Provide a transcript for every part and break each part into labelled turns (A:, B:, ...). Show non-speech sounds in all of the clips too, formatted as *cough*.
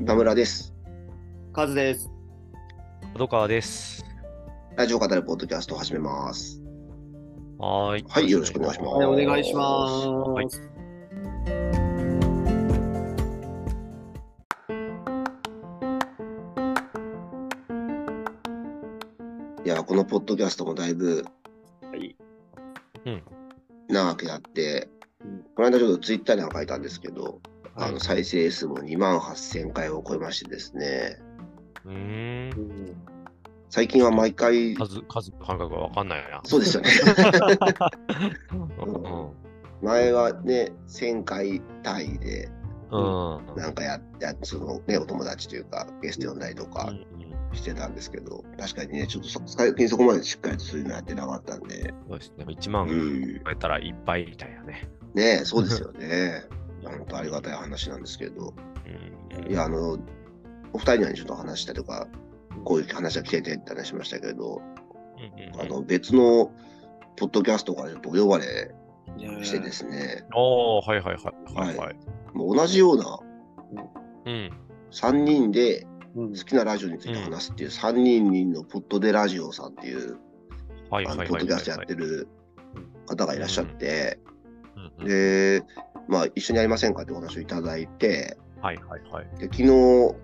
A: 野村です。
B: カズです。
C: 角川です。
A: ラジオ語るポッドキャストを始めます。
C: はーい。
A: はいよろしくお願いします
B: はい、お願いします。
A: いや、このポッドキャストもだいぶ
B: はい。
A: 長くやって
B: うん、。
A: この間ちょっとツイッターにも書いたんですけど、
C: はい
A: あの再生数も2万8000回を超えましてですね、
C: うーん。
A: 最近は毎回、
C: 数、数の感覚がわかんないな。
A: そうですよね。 *laughs*
C: うん
A: 前はね、1000回単位で、
C: うん。うん。
A: なんかやって、やそのね、お友達というか、ゲスト呼んだりとか
C: うん
A: してたんですけど、確かにね、ちょっとそ最近そこまでしっかりとそういうのやってなかったんで、
C: そうですね。1
A: う
C: 万
A: ん。
C: 超えたらいっぱいみたいなね。
A: ねえ、そうですよね。本当ありがたい話なんですけど、
C: うん
A: いや、あの、お二人にはちょっと話したりとか、こういう話が聞けてって話しましたけど、
C: うんうん
A: あの、別のポッドキャストからちょっとお呼ばれしてですすね、
C: おー、はいはいはい。はい
A: は
C: はいい。
A: もう同じような
C: うん。
A: 3人で
B: うん
A: 好きなラジオについて話すっていう3人人のポッドでラジオさんっていう、
C: はい
A: あ
C: は
A: の
C: いはい
A: ポッ
C: は
A: ド
C: い。
A: キャストやってる方がいらっしゃって、
C: うんうん
A: で、まあ一緒にやりませんかってお話をいただいて、
C: はいはいはい。
A: で昨日、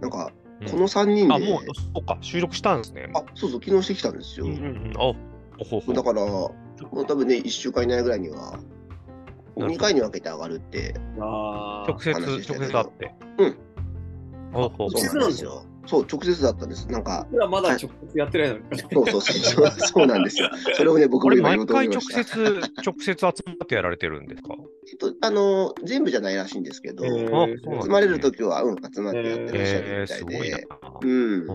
A: なんか
C: うん
A: この3人で、
C: あ、もう、そうか、収録したんですね。
A: あ、そうそう、昨日してきたんですよ。
C: うんうんうん。あ、おほほ。
A: だから、もう多分ね、1週間以内ぐらいには、
C: ほど
A: 2回に分けて上がるって、
B: あー
C: 直接、直
A: 話してたけど
C: 接会って。
A: うん。
C: おほほ。
B: 直接
A: そうなんですよ。そう、直接だったんです。なん
C: *laughs*
A: か、
B: 僕らまだ直接やってないのに。
A: そうそうそう、 *laughs* そうなんですよ。それをね、僕
C: こ
A: も
C: れ
A: 今言お
C: 毎
A: うと思
C: 回
A: いま
C: 直
A: した。
C: 接、直接集まってやられてるんですか
A: えっと、あの、全部じゃないらしいんですけど、
B: え
A: 集
B: ー
C: あそうなんだ
A: まれるときは、うん、集まってやってらっしゃる
C: え
A: み
C: ー、
A: た
C: す
A: い
C: ごいな
A: で、。うん、
C: うん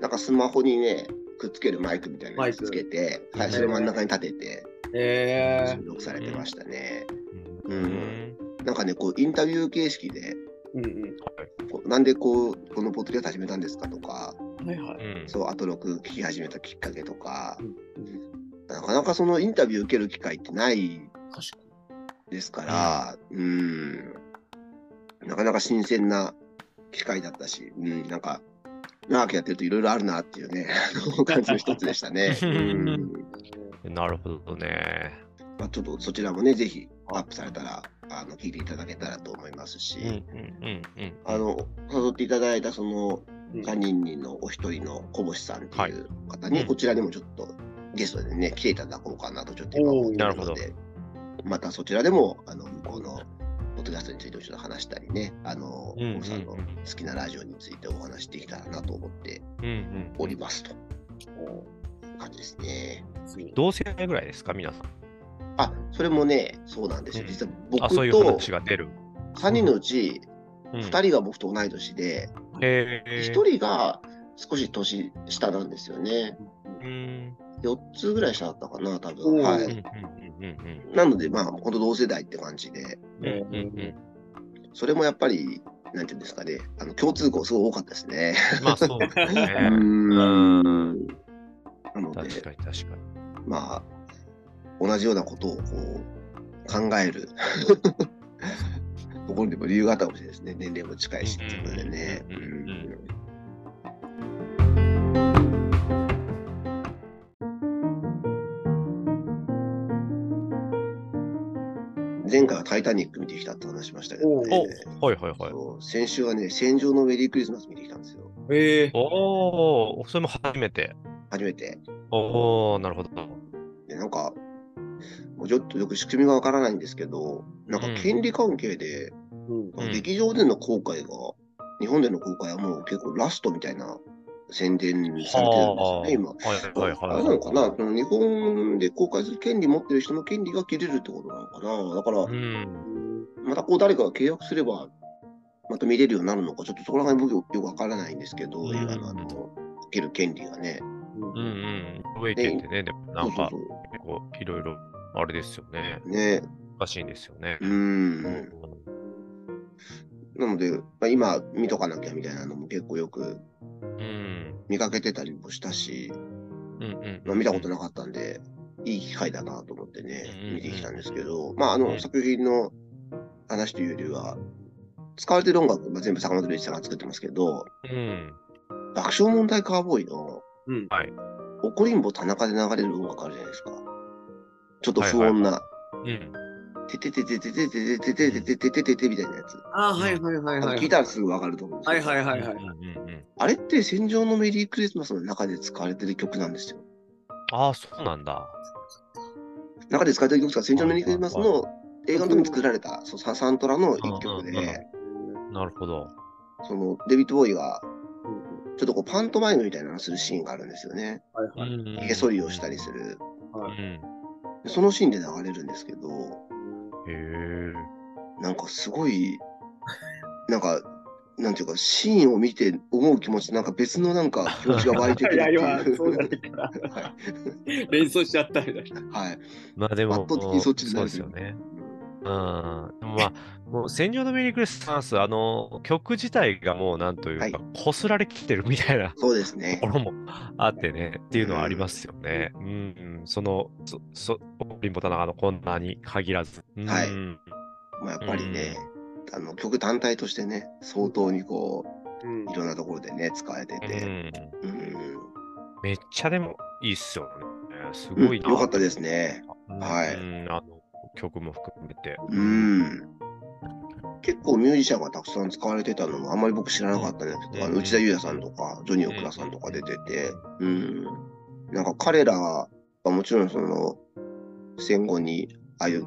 A: なんかスマホにね、くっつけるマイクみたいなやつつけて、
C: マ
A: は
C: イク
A: い、それ真ん中に立てて、
B: え
A: 収
B: ー
A: 録されてましたね。
C: う
A: うん
C: ん。
A: なんかね、こう、インタビュー形式で、
B: うん
A: こうなんでこうこのポッドキャスト始めたんですかとか、
B: うん。はいは
C: う
B: い。
C: ん。
A: そう、アトロク聞き始めたきっかけとか
B: う、
A: なかなかそのインタビュー受ける機会ってない
B: 確か
A: ですから、うん、なかなか新鮮な機会だったし、うん、なんか、長くやってるといろいろあるなっていうね、 *laughs* あの感じの一つでしたね。
C: *laughs*
A: うん
C: なるほどね。
A: まあ、ちょっとそちらもね、ぜひアップされたら、あの聞いていただけたらと思いますし、
C: うんうんうんうん。
A: あの誘っていただいたその
B: に。
A: 3人にのお一人の小星さんって
C: はいいう
A: 方に、
C: うん
A: こちらにもちょっとゲストでね、来ていただこうかなとちょっと今思ってるの
C: おーな
A: で、またそちらでも、あの、向こうのポッドキャストについてちょっと話したりね、あの、
C: うんうん
A: 小
C: うん
A: 星さんの好きなラジオについてお話していけたらなと思って
C: うんうん
A: おりますという感じですね。
C: 同世代ぐらいですか、皆さん。
A: あ、それもね、そうなんですよ。
C: うん
A: 実は
C: あ、
A: 僕
C: そういう
A: と
C: 話が出る。
A: 3人のうち
C: うん
A: 2人が僕と同い年で、
C: えー、
A: 1人が少し年下なんですよね。
C: うん
A: 4つぐらい下だったかな、多
B: お
A: 分。
B: ー
A: は
C: うん
A: い。
C: うんうんうん
A: なので、まあ、ほんと同世代って感じで、
C: うんうんうん
A: それもやっぱり、なんていうんですかね、あの共通項すごい多かったですね。。
C: まあ *laughs* そうですね
A: うん
C: うん
A: なの
C: 確
A: で、
C: かに確かに。
A: まあ、同じようなことをこう考え
C: *laughs*
A: るところにも理由があったかもしれないですね。年齢も近いし、自分でね。
C: うんうんうん
A: うん前回は「タイタニック」見てきたって話しましたけどね、
C: おはいはいはい。
A: そう先週はね「戦場のメリークリスマス」見てきたんですよ
B: ええ。
C: おお、それも初めて。
A: 初めて
C: おお、なるほど。
A: でなんかもうちょっとよく仕組みがわからないんですけどなんか権利関係で、
B: うん
C: うん
A: 劇場での公開が日本での公開はもう結構ラストみたいな宣伝されてるんですよね今。
C: はいはいはい。
A: あれなのかなその日本で公開する権利持ってる人の権利が切れるってことなのかなだから、
C: うん。
A: またこう誰かが契約すれば、また見れるようになるのか、ちょっとそこら辺僕よくわからないんですけど、
C: うん
A: 映画のあの、かける権利がね。
C: うんうん。上行ってね、でもなんか
A: そうそう
C: 結構いろいろあれですよね。
A: そうね。
C: 難しいんですよね。
A: うん。
C: う
A: なので、まあ、今見とかなきゃみたいなのも結構よく
C: ん。
A: 見かけてたりもしたし、
C: うんうん
A: まあ、見たことな
C: く
A: かったんで、いい機会だなと思ってね
C: うん、
A: 見てきたんですけど、まあ、あの、
C: うん
A: 作品の話というよりは、使われてる音楽、まあ、全部坂本龍一さんが作ってますけど、
C: うん。
A: 爆笑問題カーボーイの
B: うん。
A: 怒りんぼ田中で流れる音楽あるじゃないですか。ちょっと不穏な、
C: うん。
A: てててててててててててててててみたいなやつ。
B: ああ、はいはいはいはい。
A: 聞いたらすぐわかると思うんです
B: は
A: け
B: い
A: ど
B: はいはいはい。
C: うんうんうん。
A: あれって戦場のメリークリスマスの中で使われてる曲なんですよ。
C: ああ、そうなんだ。
A: 中で使われてる曲が戦場のメリークリスマスの映画の時に作られたそうササントラの一曲
C: うんうんうん
A: で、
C: なるほど。
A: そのデビッド・ボーイが
B: うん
A: ちょっとこうパントマイムみたいなのをするシーンがあるんですよね。
B: はいはい。
A: 髭剃りをした
C: り。
A: りする。
C: うん。
A: でそのシーンで流れるんですけど、
C: へえ。
A: なんかすごい、なんか、なんていうか、シーンを見て思う気持ち、なんか別のなんか気持ちが湧いてくる
B: *laughs* い
A: っ
B: や、
A: て
B: 今、
A: *laughs* い
B: そうじゃ
A: う。
B: ないから。
A: はい
B: 連想しちゃったみたいな。
A: はい。
C: まあでも、
A: 圧倒的にそっちに
C: そ
A: な
C: う
A: る
C: ですよね。うん。でもまあ、もう、戦場のメリークリスマス、あの、曲自体がもう、なんというか、こすられきってるみたいな。
A: そうです
C: と
A: ね
C: こ。ろもあってね、っていうのはありますよね。うん、うんその、そ、そ、リンボタナのコーナーに限らず。うん
A: はい
C: うん
A: まあ、やっぱりね、あの曲単体としてね、相当にこ
B: うん
A: う、いろんなところでね、使えてて、うん、
C: めっちゃでもいいっすよね。す
A: うん
C: ごいな。
A: よかったですね。
C: うん。
A: はい
C: うんあの、曲も含めて。
A: うん。結構ミュージシャンがたくさん使われてたのもあんまり僕知らなかったんですけど、あの
C: うん
A: 内田裕也さんとか、ジョニー・オクラさんとか出てて、うん。なんか彼らはもちろんその戦後に、ああいう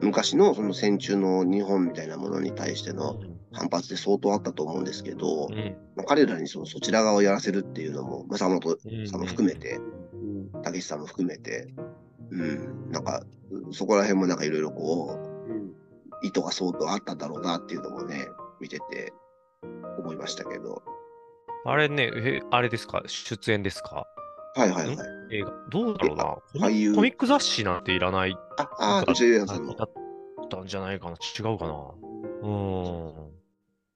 A: 昔のその戦中の日本みたいなものに対しての反発で相当あったと思うんですけど、まあ彼らにそのそちら側をやらせるっていうのも、まあ、坂本さんも含めて、
B: うん
A: たけしさんも含めて、うん、なんか、うんそこら辺もなんかいろいろこう、
B: うん
A: 意図が相当あったんだろうなっていうのもね、見てて思いましたけど。
C: あれね、えあれですか、出演ですか
A: はいはいはい。
C: 映画。どうだろうな。コミ
A: 俳優
C: コミック雑誌なんていらない
A: あ、あー、内田裕也さんの。
C: だったんじゃないかな。違うかな。うん。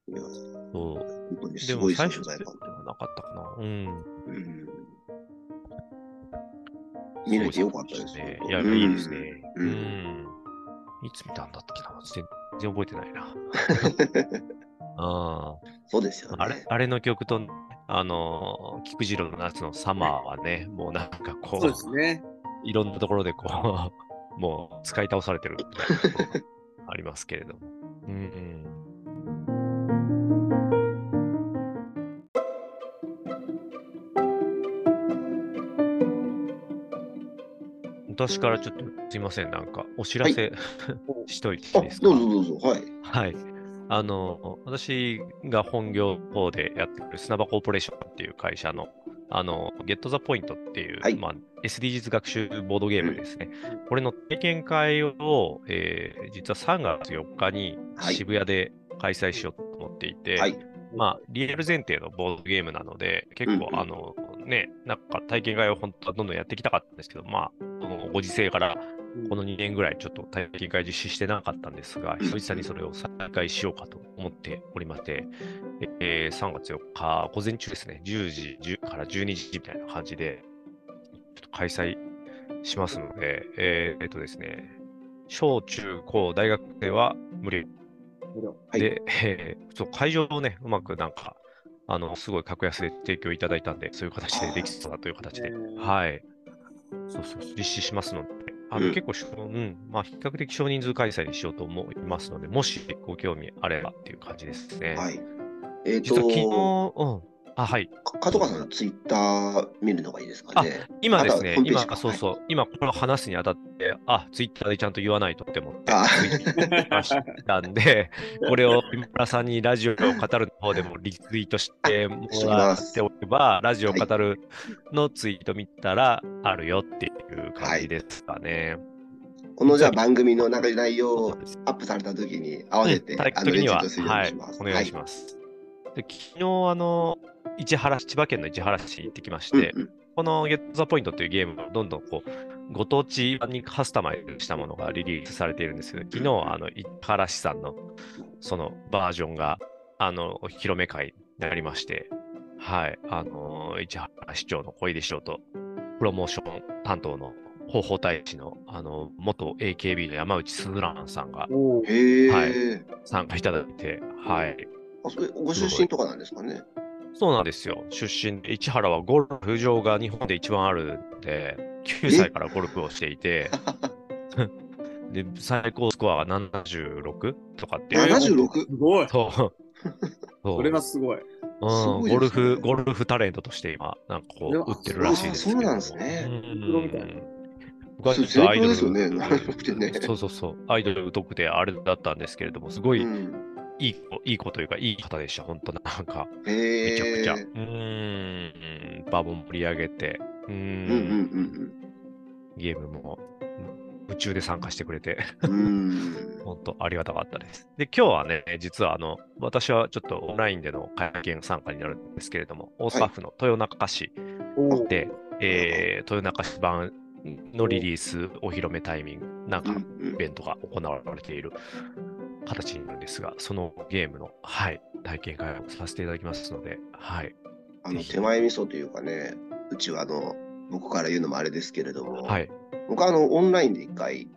A: いや
C: そう。
A: 本当に
C: ですも
A: ごい
C: 最
A: 存
C: 初で
A: 在
C: は
A: 感。
C: なかったかな。うん。
A: うん見れてよかったです
C: そうね
A: 本。当
C: いや、
A: うん
C: いいですね。
A: う
C: うんん。いつ見たんだったっけな全然覚えてないな。あ
A: そうですよ
C: あ
A: ね。
C: あれあれの曲と、あのー、菊次郎の夏のサマーはね、もうなんかこ
B: そう
C: う、
B: ですね。
C: いろんなところでこう、 *laughs* もう使い倒されてるみたいなところがありますけれども。 *laughs* うんうん。私からちょっとすいません、なんかお知ら *laughs* せ、しといていいで
A: あ
C: す、か
A: どうぞどうぞ。はい。
C: はい。あの、私が本業の方でやってる砂場コーポレーションっていう会社の、あの、ゲットザポイントっていう、
A: はい
C: まあ、SDGs 学習ボードゲームですね。これの体験会を、えー実は3月4日に
A: はい
C: 渋谷で開催しようと思っていて、
A: はい。
C: まあ、リアル前提のボードゲームなので、結構
A: う、んうん
C: あの、ね、なんか体験会を本当はどんどんやっていきたかったんですけど、まあ、このご時世からこの2年
B: *laughs*
C: ぐらいちょっと体験会実施してなかったんですが、
A: うん
C: 久々にそれを再開しようかと思っておりまして、えー3月4日、午前中ですね、10時10から12時みたいな感じで、ちょっと開催しますので、えーえっとですね、小中高大学生は無料
A: はい
C: で、えーそう会場をね、うまくなんか、あの、すごい格安で提供いただいたんで、そういう形でできそうだという形で
B: へー、
C: はい。そうそう、実施しますので、あの、
A: うん
C: 結構しょ、うん、まあ、比較的少人数開催にしようと思いますので、もしご興味あればっていう感じですね。
A: はい。えっ、
C: 実は昨日、
A: と、
C: うん、あ、はい。
A: か加藤川さんのツイッター見るのがいいですかね。
C: 今で
A: あ
C: す
A: とは
C: ね
A: ホー、ムページ
C: 今
A: か、
C: そうそう、
A: はい
C: 今これを話すにあたって、あ、ツイッターでちゃんと言わないとって思って、
A: あ
C: ツイートしました
A: *laughs*
C: んで、これを今村さんにラジオを語るの方でもリツイートしてもらっておけば、ラジオを語るのツイート見たらあるよっていう感じですかね。
A: このじゃあ番組の中で内容
C: そう
A: を
C: です
A: アップされた時に合わせて、
C: うん体育
A: あの
C: 的
A: レ
C: に
A: ジ
C: は、
A: ェンドするように
C: はい
A: します。
C: お願いします。で昨日、あの、市原、千葉県の市原市に行ってきまして、
A: うんうん
C: このゲット・ザ・ポイントっていうゲームがどんどんこう、ご当地版にカスタマイズしたものがリリースされているんですけど、昨日、あの、井原市さんのそのバージョンが、あの、お披露目会になりまして、はい、あの、市原市長の小出市長と、プロモーション担当の広報大使のあの元 AKB の山内すずらんさんが
B: おー
A: へえ、
C: はい参加いただいて、はい、
A: あそれご出身とかなんですかね。
C: そうなんですよ。出身、市原はゴルフ場が日本で一番あるんで、9歳からゴルフをしてい
A: *laughs*
C: て、で最高スコアが76とかっていう。
A: 76?
B: すごい。
C: そう。そう
B: それがすごい。
C: うん
A: すごいですね
C: ゴルフ、ゴルフタレントとして今、なんかこ
B: で
C: う
B: は、
C: 打ってるらしいですけど。
A: あそうなんですね
C: うん
B: プロみたいな
C: 僕はちょっ
A: それ
C: とア
A: 成
C: イ
A: 功
C: ド
A: ですよね
C: ル、
A: 76ってね
C: そうそうそう、アイドル疎くてあれだったんですけれども、すごい、
A: うん、
C: いい子、いい子というか、いい方でした、本当なんか。めちゃく
A: へ
C: ちゃ。う
A: え。
C: ーん、バーボン盛り上げて、うー
A: うんんうん
C: ゲームも夢中で参加してくれて、 *laughs*
A: うんうん。
C: 本当ありがたかったです。で、今日はね、実はあの、私はちょっとオンラインでの会見参加になるんですけれども、大阪府の豊中市
B: おー
C: で、えー豊中市版のリリースお披露目タイミング、なん
A: うん
C: か
A: うん
C: イベントが行われている形になるんですが、そのゲームの、はい、体験会をさせていただきますので、はい、
A: あの手前味噌というかね、うちはあの、僕から言うのもあれですけれども、
C: はい。
A: 僕はあのオンラインで一回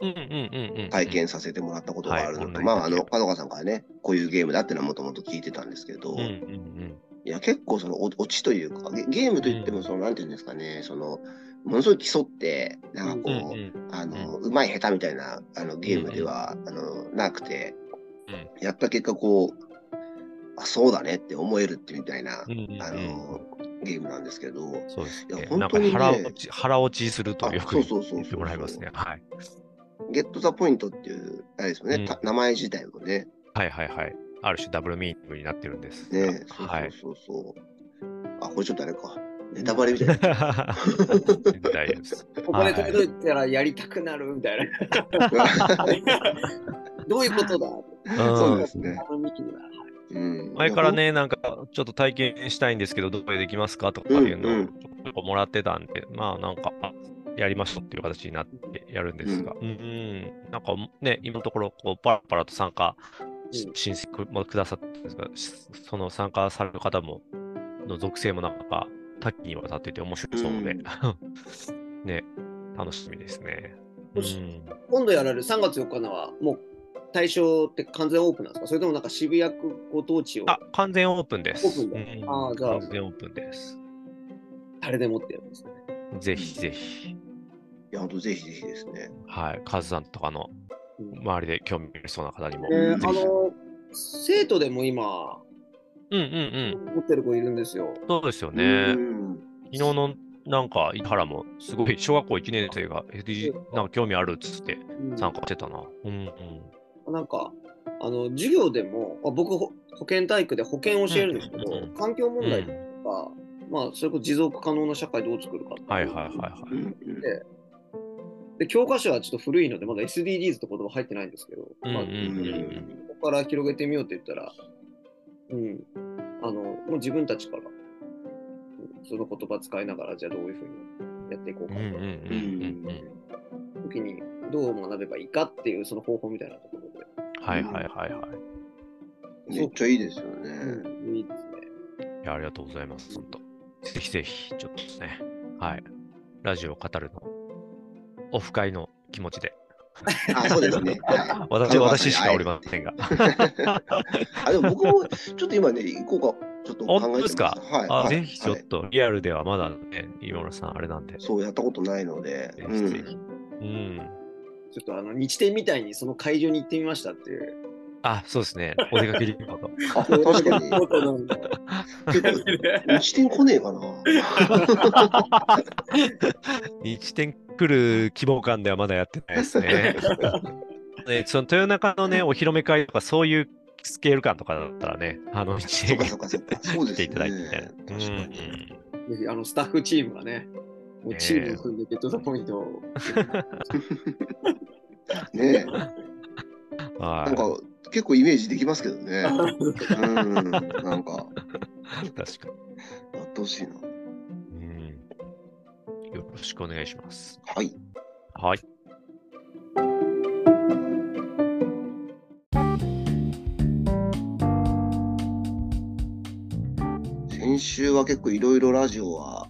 C: うんうんうんうんうん
A: 体験させてもらったことがあるの
C: うん
A: で、
C: はい
A: ま
C: オ
A: あ、あ
C: ンラインだ
A: の、
C: け
A: かのかさんからね、こういうゲームだってのはもともと聞いてたんですけど、
C: うんうん
A: い
C: うん
A: や、結構その、おオチというか、ゲゲームといっても、その、なんていうんですかね、その、ものすごい競って、なんかこ
C: う
A: う、
C: んうん
A: あの、うまい下手みたいなあのゲームでは、あのなくて、
C: う
A: やった結果こう、あ、そうだねって思えるってみたいな、
C: うんうん
A: あの、ゲームなんですけど、
C: そうです
A: い
C: ね
A: や。本
C: なん
A: 当
C: か
A: にね
C: 腹落ち、腹落ちすると
A: あ
C: よく
A: そうそうそうそう
C: 言ってもらいますね。はい。
A: ゲット・ザ・ポイントっていう、あれですよね、
C: うん
A: た名前自体もね、
C: はいはいはい。ある種ダブルミーティングになってるんですが。
A: ね、そう
C: はい。 *laughs*
A: そうそうそう。あ、これちょっとあれか、ネタバレみたいな。
C: 大丈
A: *laughs*
C: 夫です。
B: お金貯めといたらやりたくなるみたいな。
C: *laughs*
B: どういうことだ
A: そう
C: う
A: で
C: ん
A: すね。
B: あのミキだ
A: うん、
C: 前からね、なんかちょっと体験したいんですけど、どこでできますかとかい
A: う
C: う
A: んう
C: のを
A: ん
C: ちょっともらってたんで、まあなんか、あやりましょうっていう形になってやるんですが、うん、うんなんかね、今のところ、こう、パラパラと参加し
B: うん
C: 申請もくださったんですが、しその参加される方も、の属性もなんか、多岐にわたってて面白そうで、
A: う
C: *laughs* ね、楽しみですね。う
B: よし
C: ん
B: 今度やられる3月4日のはもう対象って完全オープンなんですかそれともなんか渋谷区ご当地を
C: あ、完全オープンです。
B: オープンで
C: うん
B: あーじゃあ
C: 完全オープンです。
B: 誰でもってやるんですね。
C: ぜひぜひ。
A: いや、本当ぜひぜひですね。
C: はい、カズさんとかの
B: うん
C: 周りで興味ありそうな方にも。
B: えー
C: ぜひ
B: あの生徒でも今
C: うんうん
B: 持ってる子いるんですよ
C: う。ん。そうですよね
A: う。ん
C: 昨日のなんか、井原もすごい小学校1年生が SDG なんか興味あるっつって
B: うん
C: 参加してたな。うんうん。
B: なんかあの授業でもあ僕ほ保健体育で保健を教えるんですけど、
C: うんうんうん
B: 環境問
C: うん
B: 題とか、まあそれこそ持続可能な社会どう作るかってう
C: はいはいはいは
A: う
C: い。
A: んうん
B: で教科書はちょっと古いのでまだ SDGs って言葉入ってないんですけど、
C: うん
B: まあ
C: うんうん
B: ここから広げてみようって言ったら、うん、あのもう自分たちからうんその言葉使いながらじゃあどういうふうにやっていこう
C: う
B: か
C: んうん
B: と
C: う
A: うん
C: んうんうん。
B: 時にどう学べばいいかっていうその方法みたいなところで、
C: はいはいはいは
A: めっちゃいいですよね。
B: うん、いいですね。
C: い。いや、ありがとうございます。本当。ぜひぜひ、ちょっとですね。はい。ラジオを語るの。オフ会の気持ちで。
A: あ、そうです *laughs* ね。はい
C: 私、私しかおりませんが。
A: あでも僕もちょっと今ね、行こうか、ちょっと考えて
C: 本当
A: ま。
C: ですすか
A: はい、
C: あ、
A: はい
C: ぜひちょっ
A: はい
C: と、リアルではまだね、今村さん、あれなんで。
A: そう、やったことないので、
C: ぜ
A: う
C: ひぜひ
A: ん、
C: うん。
B: ちょっとあの日展みたいにその会場に行ってみましたっていう。
C: あ、そうですね。お出かけリポー *laughs* ト。
A: あ確かに、
B: 元のみたいな
A: 結構、一点来ねえかな。
C: 日展来る希望感ではまだやってないですね。ねその豊中のね、お披露目会とか、そういうスケール感とかだったらね、
A: *laughs*
C: あの、日
A: *laughs* そ
C: 展
A: うか、そうか、そうか、そうで
C: 来て
A: す
C: いただいてみたいな
A: ね。。確かに。
B: ぜ *laughs* ひあのスタッフチームがね、もうチームを組んでゲットザポイントを。
A: ねえ、
C: うんは
A: ないんか、結構イメージできますけどね。うん、なんか、
C: 確か
A: やってほしいな。
C: に、うん。よろしくお願いします。
A: はい。
C: はい。
A: 先週は結構いろいろラジオは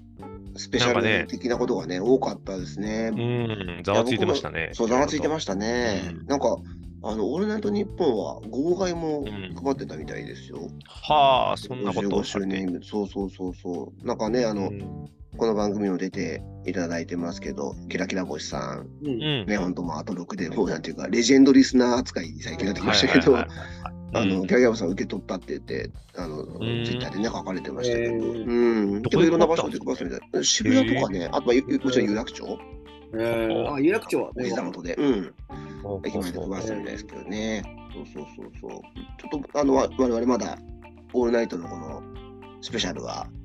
A: スペシャル的なことがね、多かったですね。
C: うん、ざわついてましたね。
A: そう、ざわついてま
C: し
A: したね。
C: うん
A: なんか、あの、オールナイトニッポンは号外も
C: うん
A: 配ってたみたいですよ。
C: た。はあ、そんなこと
A: 55周年、そうそうそうそう。なんかね、あの、
C: うん
A: この番組にも出ていただいてますけど、キラキラ星さん、
B: う。
C: うんん。
A: ね、ほんともうあと6で、もうなんていうか、レジェンドリスナー扱いに最近なってきましたけど、
C: はい
A: あ
C: はいはいはいうん
A: の、キラキラ星さん受け取ったって言って、あの、
C: ん
A: ツイッターでね、書かれてましたけど。
B: え
A: うん、で
C: どこ
A: も
C: で
A: いろんな場所で配ってるみたい。渋谷とかね、あとはゆもちろん有楽町、
B: ー、あ、有楽町は
A: お
B: ね。
A: 膝元で、うん、
C: ほう
A: 駅
C: ほう
A: 前で
C: ほう
A: 配ってるみたいですけどね。そうそうそうそう。ちょっとあのわ我々まだオールナイトのこのスペシャルは、
B: うん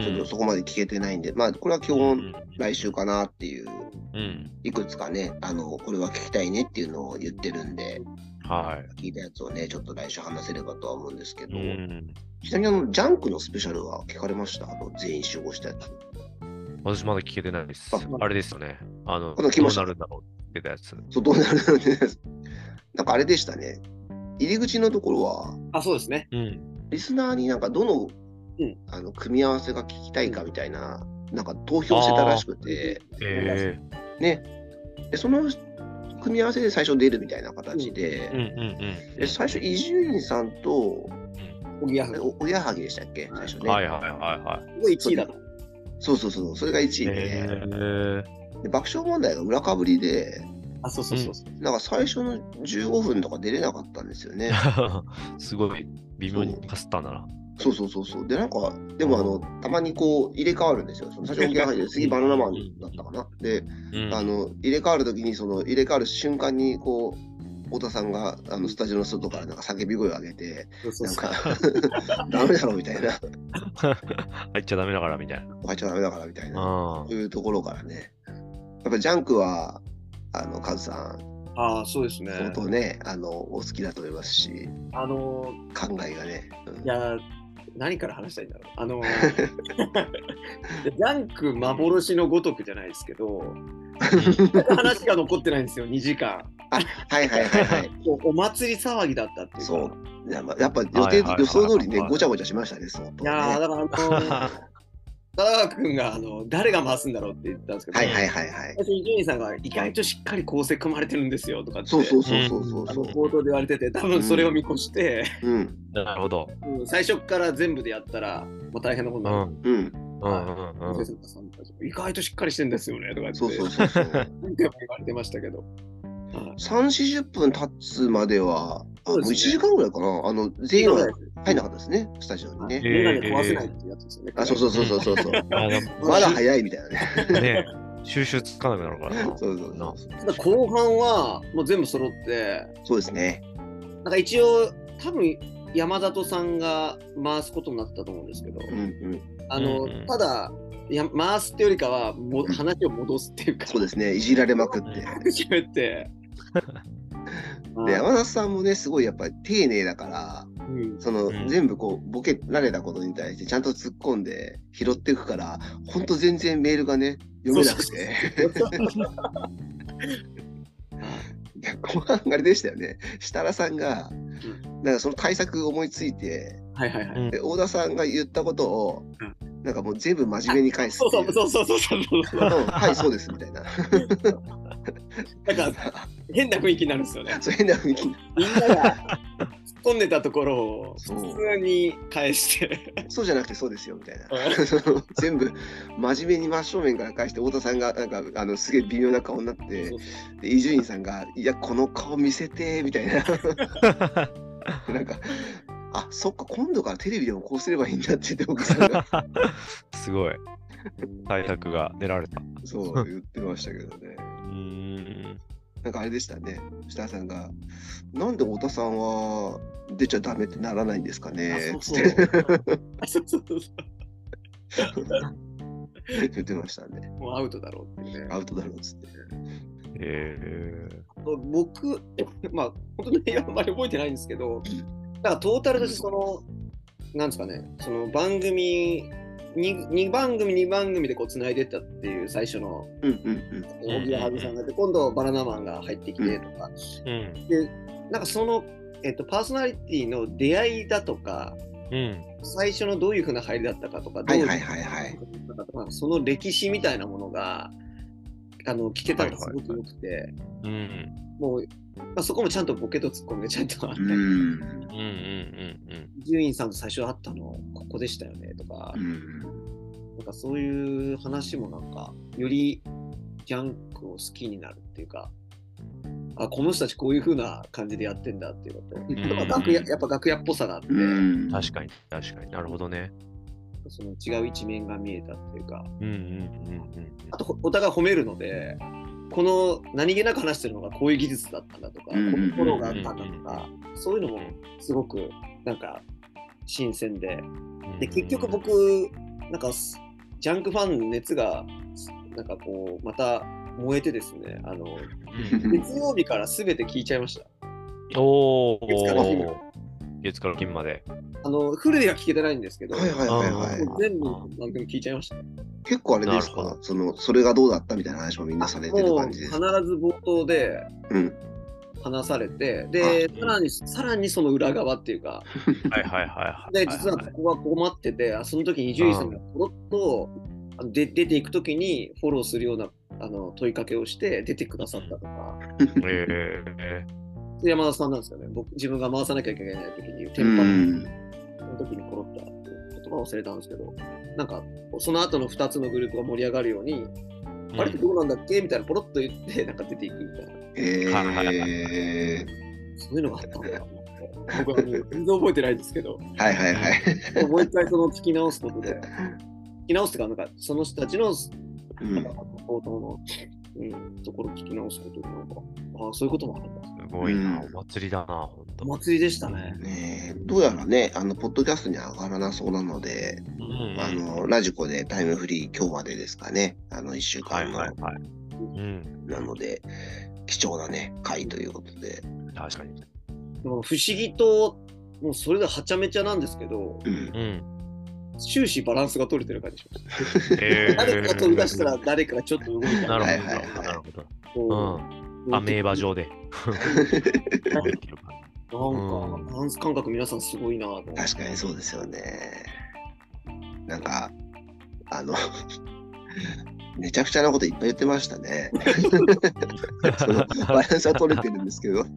C: う
A: ちょっと
C: ん
A: そこまで聞けてないんで、まあこれは基
C: う
A: 本
C: ん
A: 来週かなっていう。
C: うん。
A: いくつかね、あの、これは聞きたいねっていうのを言ってるんで、
C: は
A: 聞いたやつをね、ちょっと来週話せればとは思うんですけ
C: い。
A: ど、
C: うん。
A: ちなみにあの、ジャンクのスペシャルは聞かれましたあの、全員集合したやつ。
C: 私まだ聞けてないです
A: あ。
C: あれですよね。あの、
A: こ
C: ど
A: の来ま
C: う
A: した
C: なるんだろうって言ってたやつ。
A: そう、どうなるのね。なんかあれでしたね。入り口のところは、
B: あ、そうですね。
C: うん。
A: リスナーになんかどの,、
B: うん
A: あの組み合わせが聞きたいかみたいな、なんか投票してたらしくて、
C: え
A: ね。で、その組み合わせで最初出るみたいな形
C: え。うん
A: で、
C: うんうん。
A: で最初、伊集院さんと、
B: おぎやはぎ。
A: おおやはぎでしたっけ最初ね。
C: はいはいはいはい。
B: これ1位だと。
A: そうそうそう、それが1位で,、
C: え
A: で爆笑問題が裏かぶりで、
B: あ、そうそうそうそう。
A: なんか最初の15分とか出れなかったんですよね。
C: え。 *laughs* すごい微妙にパスタなら。
A: そうそうそうそう。で、なんか、でもあの、たまにこう、入れ替わるんですよ。その最初、沖縄入って、次、バナナマンだったかな。で、
C: うん
A: あの、入れ替わるときに、その、入れ替わる瞬間に、こう、太田さんが、あの、スタジオの外から、なんか叫び声を上げて、
B: そうそう
A: なん
B: そう
A: か、ダメだろ、みたいな。
C: 入っちゃダメだからみたいな。
A: 入っちゃダメだから、みたいな。
C: あ *laughs*
A: そういうところからね。やっぱ、ジャンクは、あの、カズさん、
B: ああ、そうですね。
A: 相当ね、あの、お好きだと思いますし、
B: あの
A: 考えがね。うん
B: ー、いや、何から話したいんだろう。
A: *laughs*
B: あのー、ジャンク幻のごとくじゃないですけど、
A: *laughs*
B: 話が残ってないんですよ、2時間。
A: はいはいはいはい。
B: おお祭り騒ぎだったっていうか。
A: そう。いやまあやっぱ予定、
C: はいはいはい
A: 予想通りね、
C: はい
A: ごちゃごちゃしましたね、相当
B: い
A: ね。
B: やー、だから
A: *laughs*
B: あのー、
C: あ。
B: 田川君があの誰が回すんだろうって言ったんですけど、
A: はいはいはいはい。
B: 最初伊集院さんが意外としっかり構成組まれてるんですよとかって
A: そうそうそうそうそう
B: あ
A: そ
B: の
A: う。
B: 冒頭で言われてて多分それを見越して、
A: うん
C: なるほど。
B: うん最初から全部でやったらもう大変なこ
C: う
B: とに
C: ん。
B: な
C: う
B: る、
C: ん
A: うん。
C: うんうん。
B: 先生さんたち意外としっかりしてんですよねとか
A: そう
B: 言
A: そ
B: っ
A: う
B: て
A: そう
C: *laughs*
A: そう。
B: 何回も言われてましたけど、はい
A: 三四十分経つまでは、あ
B: そう
A: も
B: ですね
A: う一時間ぐらいかな。あの全員は入んなかったですね、スタジオに
B: メ
A: ね。
B: ガネ壊せないっていうやつですよね。
A: あ、そうそうそうそうそうそう。
C: あで
A: まだ早いみたいなね。
C: *laughs* もね、収集つかなくなるからな。
A: *laughs* そうそうそう。
B: ただ後半はもう全部揃って、
A: そうですね。
B: なんか一応多分山里さんが回すことになってたと思うんですけど、
A: うんうん。
B: あの、
C: うんうん
B: ただいや回すってよりかはも
A: うん
B: 話を戻すっていうか、
A: そうですね。いじられまくって。
B: *laughs*
A: *laughs*
B: 喋って。
A: で、山田さんもね、すごいやっぱり丁寧だから、
B: うん
A: その、
C: うん
A: 全部こうボケられたことに対してちゃんと突っ込んで拾っていくからほんと全然メールがね読めなくてい *laughs* や後半あれでしたよね設楽さんがなんかその対策思いついて
B: はいはいはい。
C: うん
A: で大田さんが言ったことを
B: うん
A: なんかもう全部真面目に返す
B: そう
A: ってい
B: そうそうそうそうそう。
A: うんはいそうですみたいな *laughs*
B: なんか変な雰囲気になるんですよね。
A: そう変な雰囲気
B: みんなが突っ込んでたところを
A: そう
B: 普通に返して。
A: そうじゃなくてそうですよみたいな *laughs* 全部真面目に真正面から返して太田さんがなんかあのすげえ微妙な顔になって
B: そう
A: で伊集院さんが「いやこの顔見せて」みたいななんか「あそっか今度からテレビでもこうすればいいんだ」って言って奥さん
B: *laughs*
A: が
C: *laughs* すごい。対策が練られた。
A: そう言ってましたけどね
C: うーん。
A: なんかあれでしたね設楽さんが「なんで太田さんは出ちゃダメってならないんですかね」
B: あ
A: つ
B: *laughs* そう
A: っ
B: そう
A: て
B: あそうそうそうそ
A: 言ってましたね
B: う。もうアウトだろうっていうね。
A: アウトだろうっつって
C: え
B: 僕、まあ、本当に内容あんまり覚えてないんですけど、だからトータルとしてその、なんですかね、その番組、2, 二番組、2番組でこう繋いでったっていう最初の、
A: うんうんうん
B: 小木やはぐさんがいて、今度バナナマンが入ってきてとか、
C: え。うん。
B: なんかその、えっと、パーソナリティの出会いだとか、
C: うん。
B: 最初のどういうふうな入りだったかとか、ど
A: は
B: う
A: い
B: いう
A: はいはいはい。
B: まあその歴史みたいなものがあの聞けたらすご
C: はいは
B: く良くて、
C: うん。
B: もう、まあ、そこもちゃんとボケとツッコミがちゃんとあって、
A: うん。
C: うんうんうん
B: 伊集院さんと最初会ったのここでしたよねとか、
A: うん。
B: なんかそういう話もなんか、よりジャンクを好きになるっていうか、あこの人たちこういうふうな感じでやってんだっていうこと、
A: ん
B: やっぱ楽屋やっぱ楽屋っぽさがあって、
A: うん。
C: 確かに確かになるほどね。
B: その違う一面が見えたっていうか、
C: うんうんうん
B: あとほお互い褒めるので、この何気なく話してるのがこういう技術だったんだとか、こう
A: うん
B: いうフォローがあったんだとか
C: う、
B: そういうの
C: う
B: も
C: ん
B: すごくなんか新鮮で、
C: うん。
B: で結局僕なんかすジャンクファンの熱がすなんかこうまた燃えてですねあの
C: うん、
B: 月曜日から全て聞いちゃいました
C: おお
B: 月から金
C: 月から金まで。
B: あのフルでは聞けてないんですけど、
A: はいはいはいはい。
B: もう全部の番組聞いちゃいました
A: 結構あれです
C: なるほ
A: か、そのそれがどうだったみたいな話もみんなされてる
B: もう
A: 感じ
B: 必
A: で
B: ず
A: す。
B: 冒頭で
A: うん
B: 話されて
A: は
B: で
A: い
B: さらにさらにその裏側っていうか
C: はいはいはい。
B: で実はここは困っててあその時に伊集院さんがポロッとあので出ていく時にフォローするようなあの問いかけをして出てくださったとか。
C: ええ
B: で山田さんなんですよね。僕、自分が回さなきゃいけない時に、テ
A: う
B: ンパ
A: ん。
B: の時にコロッとあって、言葉を忘れたんですけど、なんか、その後の2つのグループが盛り上がるように、あれってどうなんだっけみたいな、ポロッと言って、 *laughs* なんか出ていくみたいな。
A: えー。
B: そういうのがあったんだなと思って。僕はもう全然覚えてないです
A: *laughs*
B: けど、
A: はいはいはい。
B: もう一回その聞き直すことで、聞き直すというか、なんか、その人たち
A: う
B: の、
A: ん
B: なんか冒頭の、うん、ところを聞き直すことで、なんか、ああ、そういうこともあるんだ。
C: すごいな、
A: うん
C: お祭りだな、ほんと。
B: お祭りでしたね。
A: ねえどうやらね、あの、ポッドキャストには上がらなそうなので、
C: うん
A: あの、ラジコでタイムフリー今日までですかね、あの、1週
C: はい
A: 間の、
C: はいはい。うん、
A: なので、貴重なね、回ということで、
C: 確かに。
B: でも不思議と、もうそれではちゃめちゃなんですけど、
A: うん、
C: うん。
B: 終始バランスが取れてる感じしま
C: え
B: す。 *laughs* 誰かが飛び出したら誰かがちょっと動いた
C: なるほど、
A: はいは
B: ら、
A: いはい
C: なるほど。
B: こ
C: うん。アメーバ
A: *laughs*
C: 状で。 *laughs* 動いてる感
B: なんか、バランス感覚皆さんすごいなと思って。
A: 確かにそうですよね。なんか、あの、 *laughs* めちゃくちゃなこといっぱい言ってましたね。
C: じ
A: そのバランスは取れてるんですけ
C: *laughs*
A: ど、
B: うん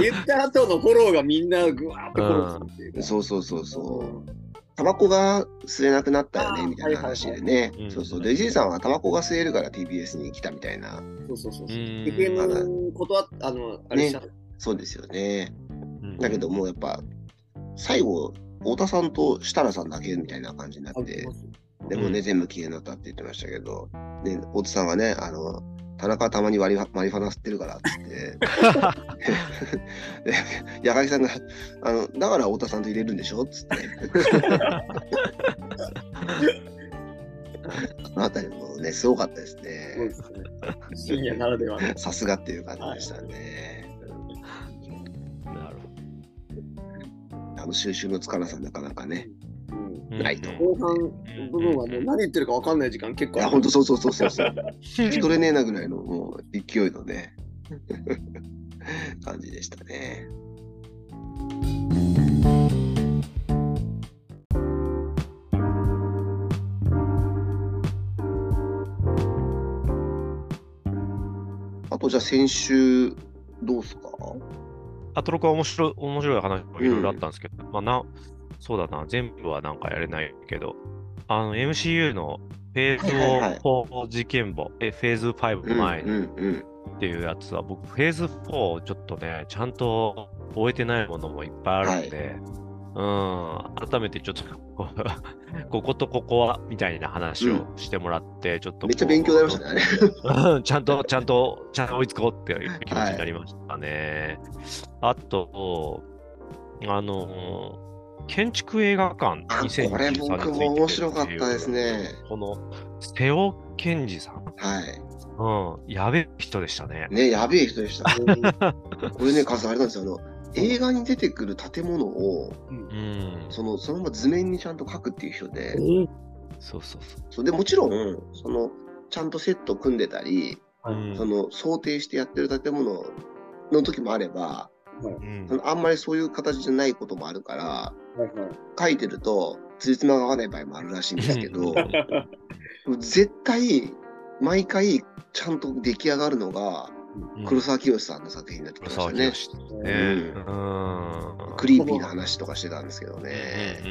B: 言った後のフォローがみんなぐわーってフォローするっていうか。
A: そうそうそうそう。タバコが吸えなくなったよ
B: あ
A: ね
B: ー
A: みたいな話でね、
C: はいはい
A: そうそううんでじいさんはタバコが吸えるから TBS に来たみたいな
B: そうそうそうそう。
C: うん
B: FM 断っあの、あれした、
A: そうですよね
C: うん
A: だけどもうやっぱ最後太田さんと設楽さんだけみたいな感じにな
B: あ
A: っ
B: り
A: て
B: ます
A: でもね、全部消えになったって言ってましたけどで太田さんはねあの田中はたまに割りマリファナ吸ってるからっつって *laughs* で矢作さんがあのだから太田さんと入れるんでしょっつって *laughs* あの辺りもねすごかったですね
B: すごいですね。深夜ならではの。
A: さすがっていう感じでしたね。
C: なるほ
A: あの収集のつかなさんなかなかね。
B: うん
C: ど。
A: ないと
B: 後半部分はもう何言ってるか分かんない時間結
A: い
B: 構あ
A: や
B: る
A: 本当そうそうそうそうそう。聞き取れねえなぐらいのもう勢いのね *laughs* 感じでしたね。あとじゃあ先週どうっすか？
C: アトロクは面白い面白い話もいろいろあったんですけど、まあな、そうだな、全部はなんかやれないけど、あの、MCU のフェ
A: はいはいは
C: ー
A: い
C: ズ4事件簿、え、フェーズ5前
A: うんうん
C: っていうやつは、僕、フェーズ4をちょっとね、ちゃんと終えてないものもいっぱいあるんで、うん、改めてちょっとこう、 *laughs* こことここは、みたいな話をしてもらって、ちょっ
A: う
C: と
A: ん。
C: こう。
A: めっちゃ勉強になりましたねあれ。
C: うんちゃんと、 *laughs* ちゃんと、ちゃんと追いつこうっていう気持ちになりましたね。あと、あのー、建築映画館
A: あ
C: 2023
A: これ僕も面白かったですね。
C: この、瀬尾健二さん。
A: はい。
C: うん、やべえ人でしたね。
A: ね、やべえ人でした。これね、カズさんあれなんですよ。あの映画に出てくる建物を
C: うん、
A: そのそのまま図面にちゃんと描くっていう人で、
C: そうそうそ
A: そうでもちろんそのちゃんとセット組んでたり、
C: う。うん
A: その想定してやってる建物の時もあれば、
C: うん
A: あのあんまりそういう形じゃないこともあるから、
B: はいはい。
A: 書いてると、つじつまが合わない場合もあるらしいんですけど、絶対、毎回、ちゃんと出来上がるのが、
C: うん
A: 黒沢清さんの作品になってきま
C: 黒
A: したね。
C: 沢清ね。
A: ん
C: うん。
A: クリーピーな話とかしてたんですけどね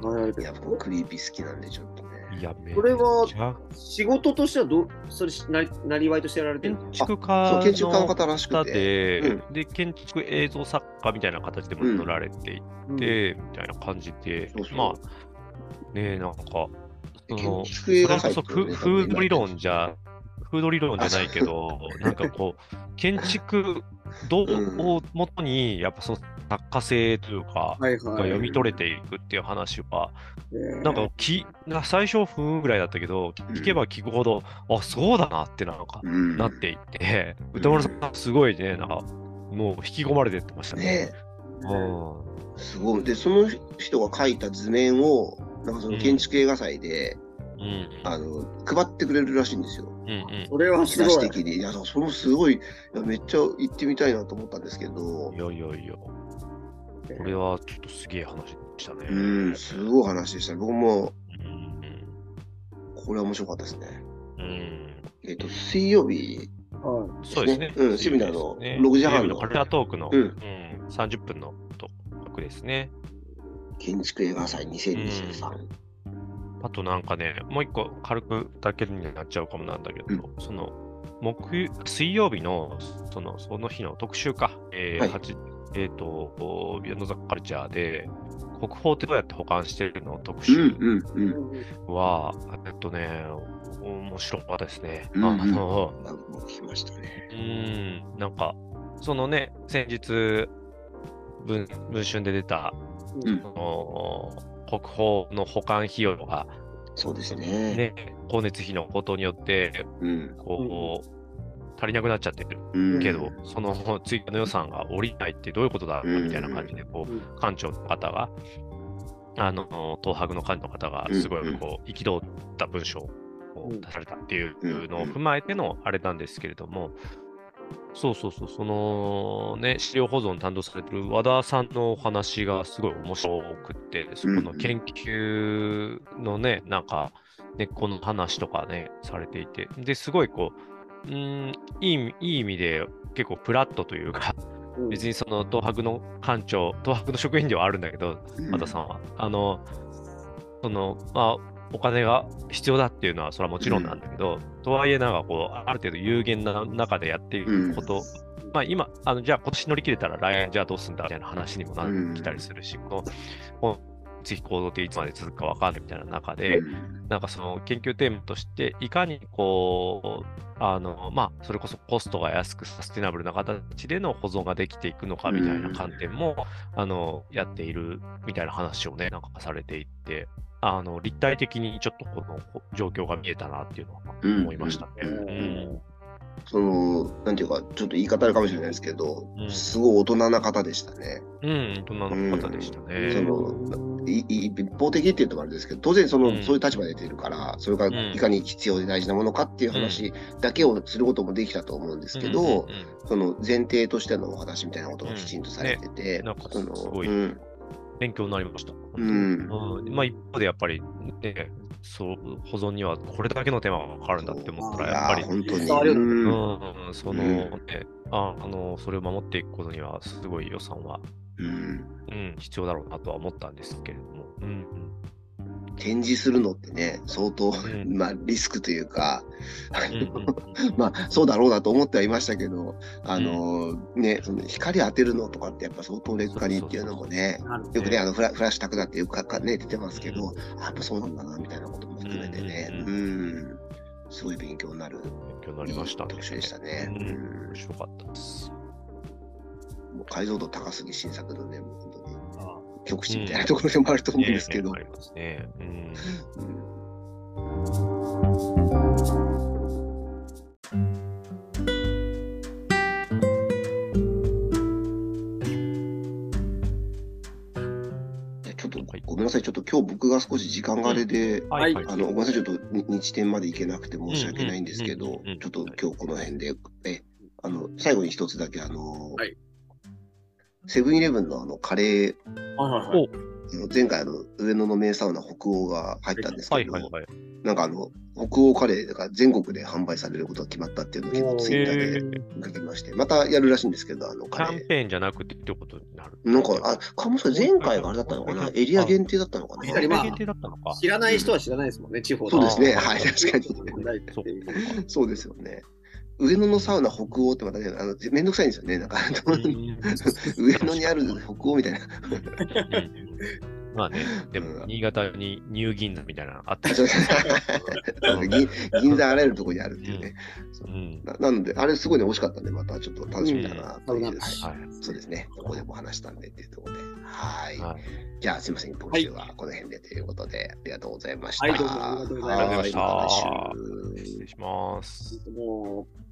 C: う。んうん
B: はい
A: いや、僕、クリーピー好きなんで、ちょっと
C: うんうん。い
A: ね。
C: や、めっちゃ
B: これは仕事としてはどう、それなり、なりわいとしてやられてる
C: 建
B: んです
A: そ
C: 築家
A: う、建築家の方らしく
C: 方
A: て。
C: で、
A: う
C: で、建築映像作家みたいな形でも取られてい
B: うん
C: て、みたいな感じで、
A: そうそう
C: まあ、ねえ、なんか、その
A: 建、築映
C: そ
A: 画
C: れこ
A: 祭
C: そ
A: っていう
C: フ
A: のね
C: フード理論じゃ、フード理論じゃないけど、なんかこう、建築ど
A: うん
C: をもとに、やっぱその作家性というか、
B: はい
C: が
B: はい。
C: 読み取れていくっていう話は、
B: えー
C: なんかきな最初、ふーんぐらいだったけど、聞けば聞くほど、あそうだなってなんか、
A: うん
C: なっていって、歌丸さん、すごいね、なんか、もう引き込まれてってましたね。
A: ね
C: うん
A: すごい。で、その人が書いた図面を、なんかその建築映画祭で、
C: うん
A: あの、配ってくれるらしいんですよ。
C: うんうん
B: それは
A: チ
B: す
A: ラシ
B: ごい。
A: 的に。いや、だからそれもすごい、いやめっちゃ行ってみたいなと思ったんですけど
C: い、やいやいや、
B: え
C: これはちょっとすげえ話でしたね。
A: うん、すごい話でした。僕も、
C: うん
A: これは面白かったですね。
C: うんうん
A: えっ、と、水曜日、
B: はい
C: そうですね。
A: うん趣味なの
C: ね
A: 6時半の
C: テレビカルチャートークの、
A: うん
C: うん30分のと枠ですね。
A: 建築映画祭2023。
C: あとなんかね、もう一個軽くだけになっちゃうかもなんだけど、
A: うん
C: その木水曜日のそのその日の特集か、えー
A: はい
C: 八えー、とビヨンド・ザ・カルチャーで、国宝ってどうやって保管してるの特
A: う
C: 集
A: ん、うん、うん。
C: は、えっとね、面白かったですね。
A: うんうん
C: あの
A: なんかもう聞きましたね。
C: うん、なんか、そのね、先日、文文春で出た、
A: うん
C: あの国宝の保管費用が、
A: そうですね。
C: ね、光熱費の高騰によって、
A: うん。
C: こう、足りなくなっちゃってる
A: うん
C: けど、その追加の予算が下りないってどういうことだ
A: うん
C: みたいな感じで、こ
B: うん
C: う、館長の方が、あの、東博の館の方が、すご
A: うんう
C: い
A: ん
C: こう、憤った文章を
B: うん
C: 出されたっていうのを踏まえてのあれなんですけれども、そうそうそう、そのね、資料保存担当されてる和田さんのお話がすごい面白くって、そこの研究のね、なんか、根っこの話とかね、されていて、ですごいこう、うーんいい意味いい意味で結構プラットというか、
B: うん
C: 別にその東博の館長、東博の職員ではあるんだけど、和田さんは。あの、その、まあ、お金が必要だっていうのは、それはもちろんなんだけど、とはいえ、なんかこう、ある程度有限な中でやっていくこと、まあ今、あのじゃあ今年乗り切れたら来年じゃあどうすんだみたいな話にもなってきたりするし、この、この次行動っていつまで続くか分かんないみたいな中で、
A: うん
C: なんかその研究テーマとして、いかにこう、あの、まあ、それこそコストが安くサステナブルな形での保存ができていくのかみたいな観点も、あの、やっているみたいな話をね、なんかされていって、あの、立体的にちょっとこのほ状況が見えたなっていうのは思いましたね。
A: うん
C: う
B: うん
C: ん
A: その、なんていうか、ちょっと言い方あるかもしれないですけど、
C: うん
A: すごい大人な方でしたね。
C: うん、大人の方でした
A: そ
C: ね。
A: のいい一方的っていうのもあれですけど、当然その、
C: うん
A: そういう立場で出てるから、それが
C: ん
A: いかに必要で大事なものかっていう話だけをすることもできたと思うんですけど、
C: うんうんうん
A: その前提としてのお話みたいなことがきちんとされてて、
C: うんねなんか
A: その
C: すごい
A: うん
C: 勉強になりました。
A: うん
C: うんまあ一方でやっぱり、ね、そう保存にはこれだけの手間がかかるんだって思ったら、やっぱり
A: い、本当に、
B: 伝わるよね
A: うん
C: うん、その、
A: うん
C: ねああの、それを守っていくことには、すごい予算は、
A: うん
C: うん、必要だろうなとは思ったんですけれども、うん、
A: 展示するのってね、相当、
C: ん
A: *laughs* まあ、リスクというか、あ
C: うん、う
A: の
C: んうん、
A: *laughs* まあそうだろうなと思ってはいましたけど、あのね、その光当てるのとかってやっぱ相当劣化にっていうのもね、
B: なるほど
A: よくね、あのフラフラッシュたくなってよくかか、ね、出てますけど、
C: う
A: あやっぱそうなんだなみたいなことも含めてね、
C: う
A: うんん、すごい勉強になる
C: 勉強になりましたね。
A: 特集でしたね。
C: う
A: うんん
C: 面白かったです。
A: もう解像度高すぎ新作のね、もう本当に
B: あ
A: 極地みたいなところでもあると思うんですけど。
C: ねありますね。うん
A: うんいやちょっと
C: はい
A: ごめんなさい、ちょっと今日僕が少し時間があれで、
B: はい
A: あのごめんなさい、ちょっとに日点まで行けなくて申し訳ないんですけ
C: うんうん
A: ど
C: うんうん、
A: ちょっと今日この辺で、えあの最後に一つだけ、あの
B: はい
A: セブンイレブンのあのカレー、
B: はいはいはい。
A: あの前回あの上野の名サウナ北欧が入ったんです
C: は
A: け
C: い
A: ど、
C: はいはい。
A: なんかあの北欧カレーが全国で販売されることが決まったっていうのを結構ツイッターで書きまして、またやるらしいんですけど、あの
C: キ
A: カレ
C: ャ
A: ー
C: ン。ペーンじゃなくてってことになる。
A: なんか、あ、かもしくは前回があれだったのかなエリア限定だったのか
B: や
A: な
B: はりまあ
C: 限定だったのか。
B: 知らない人は知らないですもんね、地方
A: そうですね。
C: あー
A: はい、確かに。
C: そう
A: そうですよね。上野のサウナ北欧ってまたね、あのめんどくさいんですよね。なんか、上野にある北欧みた *laughs* いな。
C: うんまあね、でも、
A: うん
C: 新潟にニュー銀座みたいなのあった
A: あ
C: り
A: そう
C: す
A: そう銀銀座あらゆるところにあるっていうね。
C: るうん
A: ななので、あれすごいね、惜しかったんで、またちょっと楽しみだなという、
B: うん
A: はい
C: は。
A: そうですね、ここでも話したんでっていうところで。はいい。
C: はい
A: じゃあ、すみません、今週はこの辺でということで、ありがとうございました。
B: はいどうもありがとうござ
C: いました
A: はまた来週
C: 失礼します。
B: もう